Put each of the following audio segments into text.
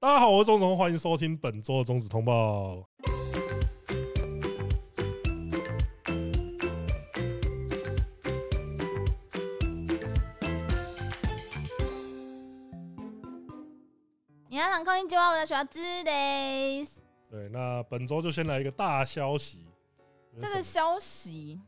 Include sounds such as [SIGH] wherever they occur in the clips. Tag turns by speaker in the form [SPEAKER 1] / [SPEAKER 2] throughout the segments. [SPEAKER 1] 大家好，我是钟总，欢迎收听本周的中子通报。
[SPEAKER 2] 你好，空音今晚我的小子的。
[SPEAKER 1] 对，那本周就先来一个大消息，
[SPEAKER 2] 这个消息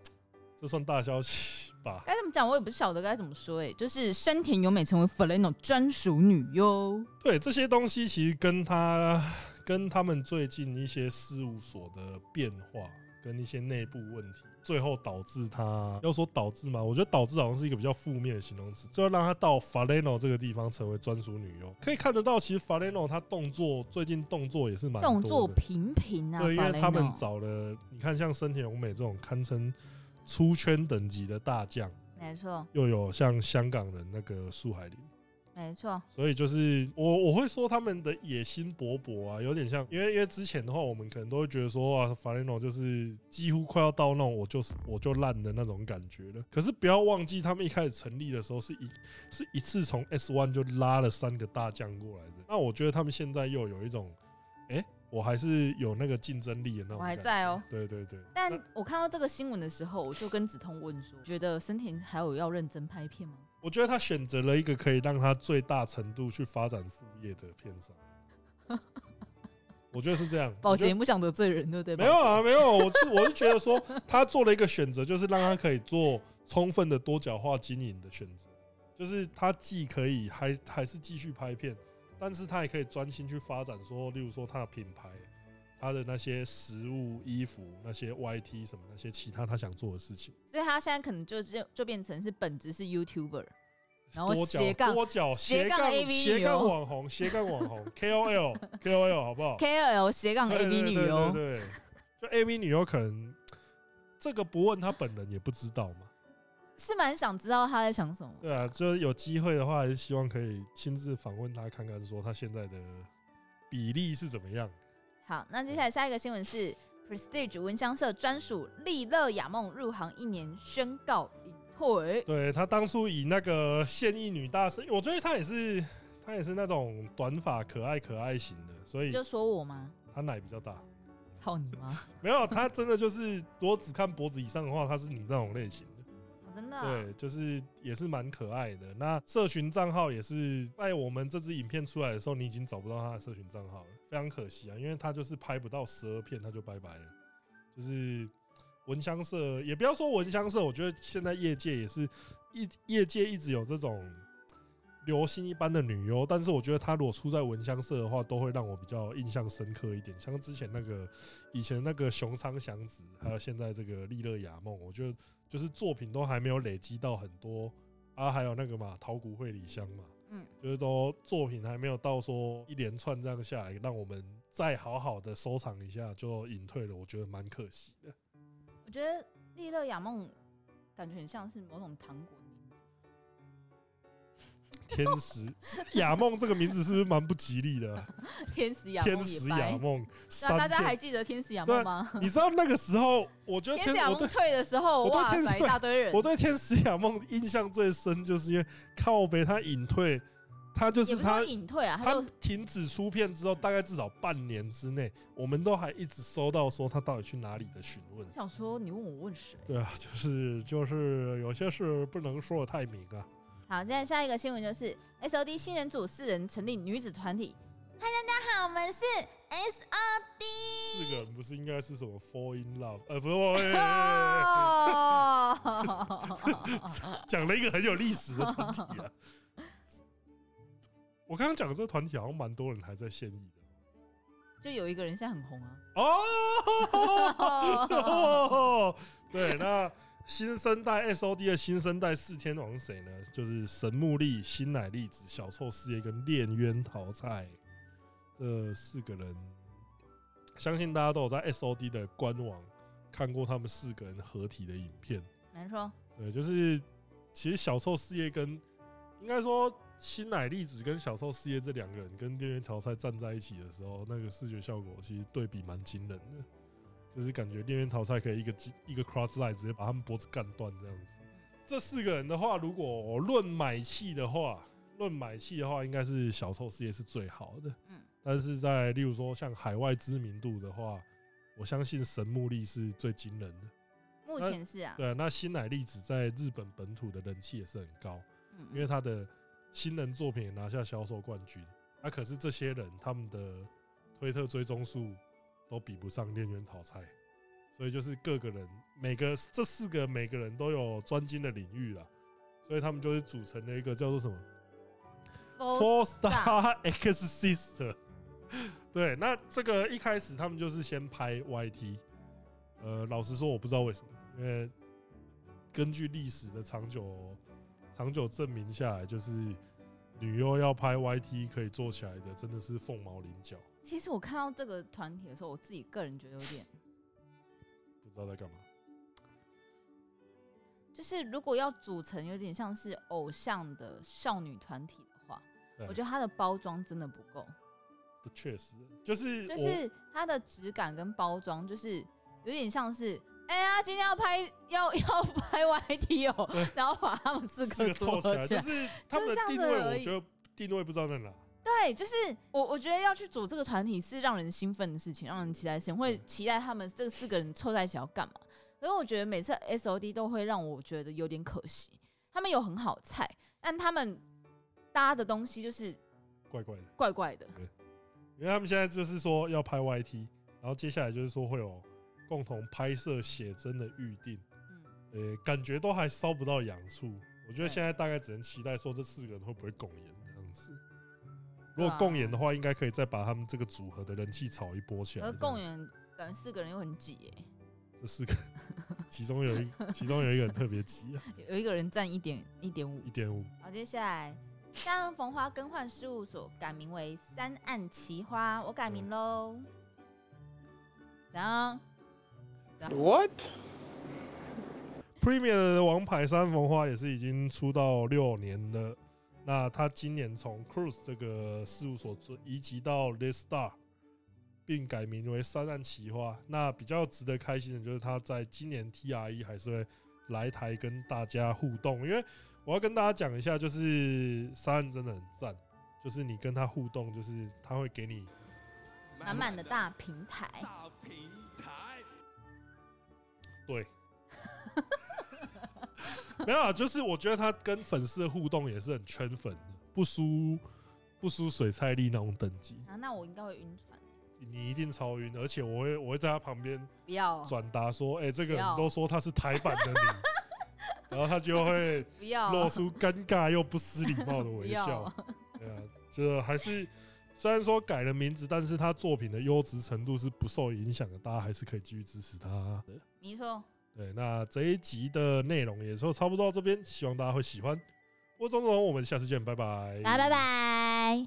[SPEAKER 1] 这算大消息吧？
[SPEAKER 2] 该怎么讲，我也不晓得该怎么说哎、就是山田由美成为 Flano 专属女优，
[SPEAKER 1] 对，这些东西其实跟他跟他们最近一些事务所的变化跟一些内部问题，最后导致他要说导致嘛，我觉得导致好像是一个比较负面的形容词，最后让他到 Faleno 这个地方成为专属女优。可以看得到，其实 Faleno 他动作最近动作也是蛮多的
[SPEAKER 2] 动作频频啊，
[SPEAKER 1] 对，因为他们
[SPEAKER 2] Faleno
[SPEAKER 1] 找了，你看像森田宏美这种堪称出圈等级的大将，
[SPEAKER 2] 没错
[SPEAKER 1] 又有像香港人那个苏海林，
[SPEAKER 2] 没错，
[SPEAKER 1] 所以就是我我会说他们的野心勃勃啊，有点像，因为因为之前的话，我们可能都会觉得说啊，法雷诺就是几乎快要到那种我就是我就烂的那种感觉了。可是不要忘记，他们一开始成立的时候是一是一次从 S One 就拉了三个大将过来的。那我觉得他们现在又有一种，哎、我还是有那个竞争力的那种。
[SPEAKER 2] 我还在哦。
[SPEAKER 1] 对对对，
[SPEAKER 2] 但
[SPEAKER 1] 那
[SPEAKER 2] 我看到这个新闻的时候，我就跟梓潼问说，觉得森田还有要认真拍片吗？
[SPEAKER 1] 我觉得他选择了一个可以让他最大程度去发展副业的片商。我觉得是这样，
[SPEAKER 2] 宝
[SPEAKER 1] 我觉得
[SPEAKER 2] 洁不想得罪人，对不对？
[SPEAKER 1] 没有啊，没有，我是我是觉得说他做了一个选择，就是让他可以做充分的多角化经营的选择，就是他既可以还还是继续拍片，但是他也可以专心去发展说，例如说他的品牌。他的那些食物、衣服、那些 YT 什么那些其他他想做的事情，
[SPEAKER 2] 宝洁，所以他现在可能就就就变成是本职是 YouTuber，然后
[SPEAKER 1] 多
[SPEAKER 2] 斜
[SPEAKER 1] 角
[SPEAKER 2] 杠
[SPEAKER 1] 多角斜
[SPEAKER 2] 斜杠
[SPEAKER 1] 杠
[SPEAKER 2] AV
[SPEAKER 1] 斜
[SPEAKER 2] 女哦
[SPEAKER 1] 杠
[SPEAKER 2] 优
[SPEAKER 1] 网红斜杠网
[SPEAKER 2] [LAUGHS]
[SPEAKER 1] 红 KOL KOL 好不好？
[SPEAKER 2] KOL 斜杠
[SPEAKER 1] 对
[SPEAKER 2] AV 女哦
[SPEAKER 1] 对
[SPEAKER 2] 优，
[SPEAKER 1] 对对对，就 AV 女优可能这个不问她本人也不知道嘛。
[SPEAKER 2] 是蛮想知道他在想什么。
[SPEAKER 1] 对啊，就是有机会的话，还是希望可以亲自访问她，看看说她现在的比例是怎么样。
[SPEAKER 2] 好，那
[SPEAKER 1] 嗯
[SPEAKER 2] 接下来下一个新闻是 Prestige 蚊香社专属利乐雅梦入行一年宣告隐退。
[SPEAKER 1] 对她当初以那个现役女大生，我觉得她也是她也是那种短发可爱可爱型的，所以
[SPEAKER 2] 你就说我吗？
[SPEAKER 1] 她奶比较大。
[SPEAKER 2] 操你妈！
[SPEAKER 1] 没有，她真的就是如果只看脖子以上的话，她是你那种类型的。
[SPEAKER 2] 我真的啊、
[SPEAKER 1] 对，就是也是蛮可爱的。那社群账号也是在我们这支影片出来的时候，你已经找不到他的社群账号了，非常可惜啊，因为他就是拍不到十二片，他就拜拜了。就是蚊香社，也不要说蚊香社，我觉得现在业界也是一业界一直有这种流星一般的女优，但是我觉得她如果出在蚊香社的话，都会让我比较印象深刻一点。像之前那个以前那个熊仓祥子，还有现在这个利乐雅梦，我觉得就是作品都还没有累积到很多啊，还有那个嘛桃谷惠里香嘛，
[SPEAKER 2] 嗯，
[SPEAKER 1] 就是都作品还没有到说一连串这样下来，让我们再好好的收藏一下就隐退了，我觉得蛮可惜的。
[SPEAKER 2] 我觉得利乐雅梦感觉很像是某种糖果的名字。 [LAUGHS]
[SPEAKER 1] 天使雅梦这个名字是不是蛮不吉利的
[SPEAKER 2] [LAUGHS]
[SPEAKER 1] 啊？
[SPEAKER 2] 天使雅
[SPEAKER 1] 天
[SPEAKER 2] 梦也
[SPEAKER 1] 使雅
[SPEAKER 2] 白。
[SPEAKER 1] 梦，
[SPEAKER 2] 那大
[SPEAKER 1] 三
[SPEAKER 2] 家还
[SPEAKER 1] 片。
[SPEAKER 2] 记得天使雅梦吗？
[SPEAKER 1] 你知道那个时候，我觉得
[SPEAKER 2] 天
[SPEAKER 1] 天
[SPEAKER 2] 使雅
[SPEAKER 1] 我
[SPEAKER 2] 梦
[SPEAKER 1] 对
[SPEAKER 2] 退的时候，
[SPEAKER 1] 我对
[SPEAKER 2] 哇
[SPEAKER 1] 天使
[SPEAKER 2] 塞，一
[SPEAKER 1] 对
[SPEAKER 2] 大堆人。
[SPEAKER 1] 我对天使雅梦印象最深，就是因为靠北他隐退，他就
[SPEAKER 2] 也
[SPEAKER 1] 是
[SPEAKER 2] 不是说
[SPEAKER 1] 他
[SPEAKER 2] 隐退啊，他
[SPEAKER 1] 他
[SPEAKER 2] 就
[SPEAKER 1] 停止出片之后，大概至少半年之内，我们都还一直收到说他到底去哪里的询问。
[SPEAKER 2] 想说你问我问谁？
[SPEAKER 1] 对啊，就是就是有些事不能说的太明啊。
[SPEAKER 2] 好，接下来下一个新闻就是 S O D 新人组四人成立女子团体。嗨，大家好，我们是 S O
[SPEAKER 1] 四个人不是应该是什么 fall in love？呃，不是，我
[SPEAKER 2] D。哦，
[SPEAKER 1] 讲了一个很有历史的团体啊。我刚刚讲的这个团体好像蛮多人还在现役的
[SPEAKER 2] 就有一个人现在很红啊。
[SPEAKER 1] 哦。 [LAUGHS] 对，那新生代 S O D 的新生代四天王是谁呢？就是神木利、新乃粒子、小臭事业跟炼渊桃菜这四个人，相信大家都有在 S O D 的官网看过他们四个人合体的影片。
[SPEAKER 2] 难说，
[SPEAKER 1] 对，就是其实小受事业跟应该说新乃粒子跟小受事业这两个人跟边缘桃菜站在一起的时候，那个视觉效果其实对比蛮惊人的，就是感觉边缘桃菜可以一个击一个 cross line 直接把他们脖子干断这样子。这四个人的话，如果论买气的话，论买气的话，应该是小受事业是最好的。
[SPEAKER 2] 嗯，
[SPEAKER 1] 但是在例如说像海外知名度的话，我相信神木力是最惊人的。
[SPEAKER 2] 目前是啊，
[SPEAKER 1] 对啊，那新乃粒子在日本本土的人气也是很高，
[SPEAKER 2] 嗯
[SPEAKER 1] 因为他的新人作品也拿下销售冠军。那、可是这些人他们的推特追踪数都比不上恋猿讨菜，所以就是各个人每个这四个每个人都有专精的领域啦，所以他们就是组成了一个叫做什么 Four Star [LAUGHS] X Sister。对，那这个一开始他们就是先拍 YT，呃，老实说我不知道为什么，因为根据历史的长久长久证明下来，就是女优要拍 YT 可以做起来的，真的是凤毛麟角，
[SPEAKER 2] 其实我看到这个团体的时候，我自己个人觉得有点，
[SPEAKER 1] 不知道在干嘛。
[SPEAKER 2] 就是如果要组成有点像是偶像的少女团体的话，
[SPEAKER 1] 对
[SPEAKER 2] 我觉得它的包装真的不够，
[SPEAKER 1] 确实，就是
[SPEAKER 2] 就
[SPEAKER 1] 我
[SPEAKER 2] 是它的质感跟包装，就是有点像是。哎呀，今天要拍要要拍 YT 哦，然后把他们四
[SPEAKER 1] 四
[SPEAKER 2] 个
[SPEAKER 1] 个
[SPEAKER 2] 组
[SPEAKER 1] 凑起
[SPEAKER 2] 合
[SPEAKER 1] 来，
[SPEAKER 2] 起
[SPEAKER 1] 就
[SPEAKER 2] 来，
[SPEAKER 1] 是他们的
[SPEAKER 2] 这样
[SPEAKER 1] 定
[SPEAKER 2] 子
[SPEAKER 1] 位，
[SPEAKER 2] 而
[SPEAKER 1] 我
[SPEAKER 2] 已
[SPEAKER 1] 觉得定位不知道在哪。
[SPEAKER 2] 对，就是我，我觉得要去组这个团体是让人兴奋的事情，让人期待的事情，会期待他们这四个人凑在一起要干嘛。可是我觉得每次 S O D 都会让我觉得有点可惜，他们有很好菜，但他们搭的东西就是
[SPEAKER 1] 怪怪的。
[SPEAKER 2] 怪怪的。
[SPEAKER 1] 因为他们现在就是说要拍 YT，然后接下来就是说会有共同拍摄写真的预定，
[SPEAKER 2] 嗯，
[SPEAKER 1] 呃，感觉都还烧不到痒处。我觉得
[SPEAKER 2] 对
[SPEAKER 1] 现在大概只能期待说这四个人会不会共演这样子。如
[SPEAKER 2] 对
[SPEAKER 1] 果
[SPEAKER 2] 啊
[SPEAKER 1] 共演的话，应该可以再把他们这个组合的人气炒一波起来。
[SPEAKER 2] 而共演感觉四个人又很挤耶、
[SPEAKER 1] 这四个，其中有一其中有一个人特别急、啊，
[SPEAKER 2] 有有一个人占一点一点五
[SPEAKER 1] 一。点五
[SPEAKER 2] 好，接下来。向逢花更换事务所改名为三岸奇花，我改名喽。怎样？
[SPEAKER 3] What?
[SPEAKER 1] Premier 的王牌三逢花也是已经出道六年了。那他今年从 Cruise 这个事务所做移籍到 The Star，并改名为三岸奇花。那比较值得开心的就是他在今年 TRE 还是会来台跟大家互动，因为我要跟大家讲一下，就是三岸真的很赞，就是你跟他互动，就是他会给你
[SPEAKER 2] 满满的大平台。
[SPEAKER 3] 大平台。
[SPEAKER 1] 对， [LAUGHS] 没有啊，就是我觉得他跟粉丝的互动也是很圈粉的，不输不输水菜丽那种等级，
[SPEAKER 2] 啊，那我应该会晕船。
[SPEAKER 1] 你一定超晕，而且我会我会在他旁边
[SPEAKER 2] 不要哦，
[SPEAKER 1] 转达说，哎、这个
[SPEAKER 2] 不
[SPEAKER 1] 人
[SPEAKER 2] 要
[SPEAKER 1] 都说他是台版的你，
[SPEAKER 2] [LAUGHS]
[SPEAKER 1] 然后他就会
[SPEAKER 2] 不要
[SPEAKER 1] 露
[SPEAKER 2] 哦，
[SPEAKER 1] 出尴尬又不失礼貌的
[SPEAKER 2] 不
[SPEAKER 1] 微
[SPEAKER 2] 要
[SPEAKER 1] 笑
[SPEAKER 2] 哦。。
[SPEAKER 1] 对啊，这还是虽然说改了名字，但是他作品的优质程度是不受影响的，大家还是可以继续支持他的。
[SPEAKER 2] 你说
[SPEAKER 1] 对，那这一集的内容也就差不多到这边，希望大家会喜欢。我是钟总，我们下次见，拜拜，
[SPEAKER 2] 来，拜拜。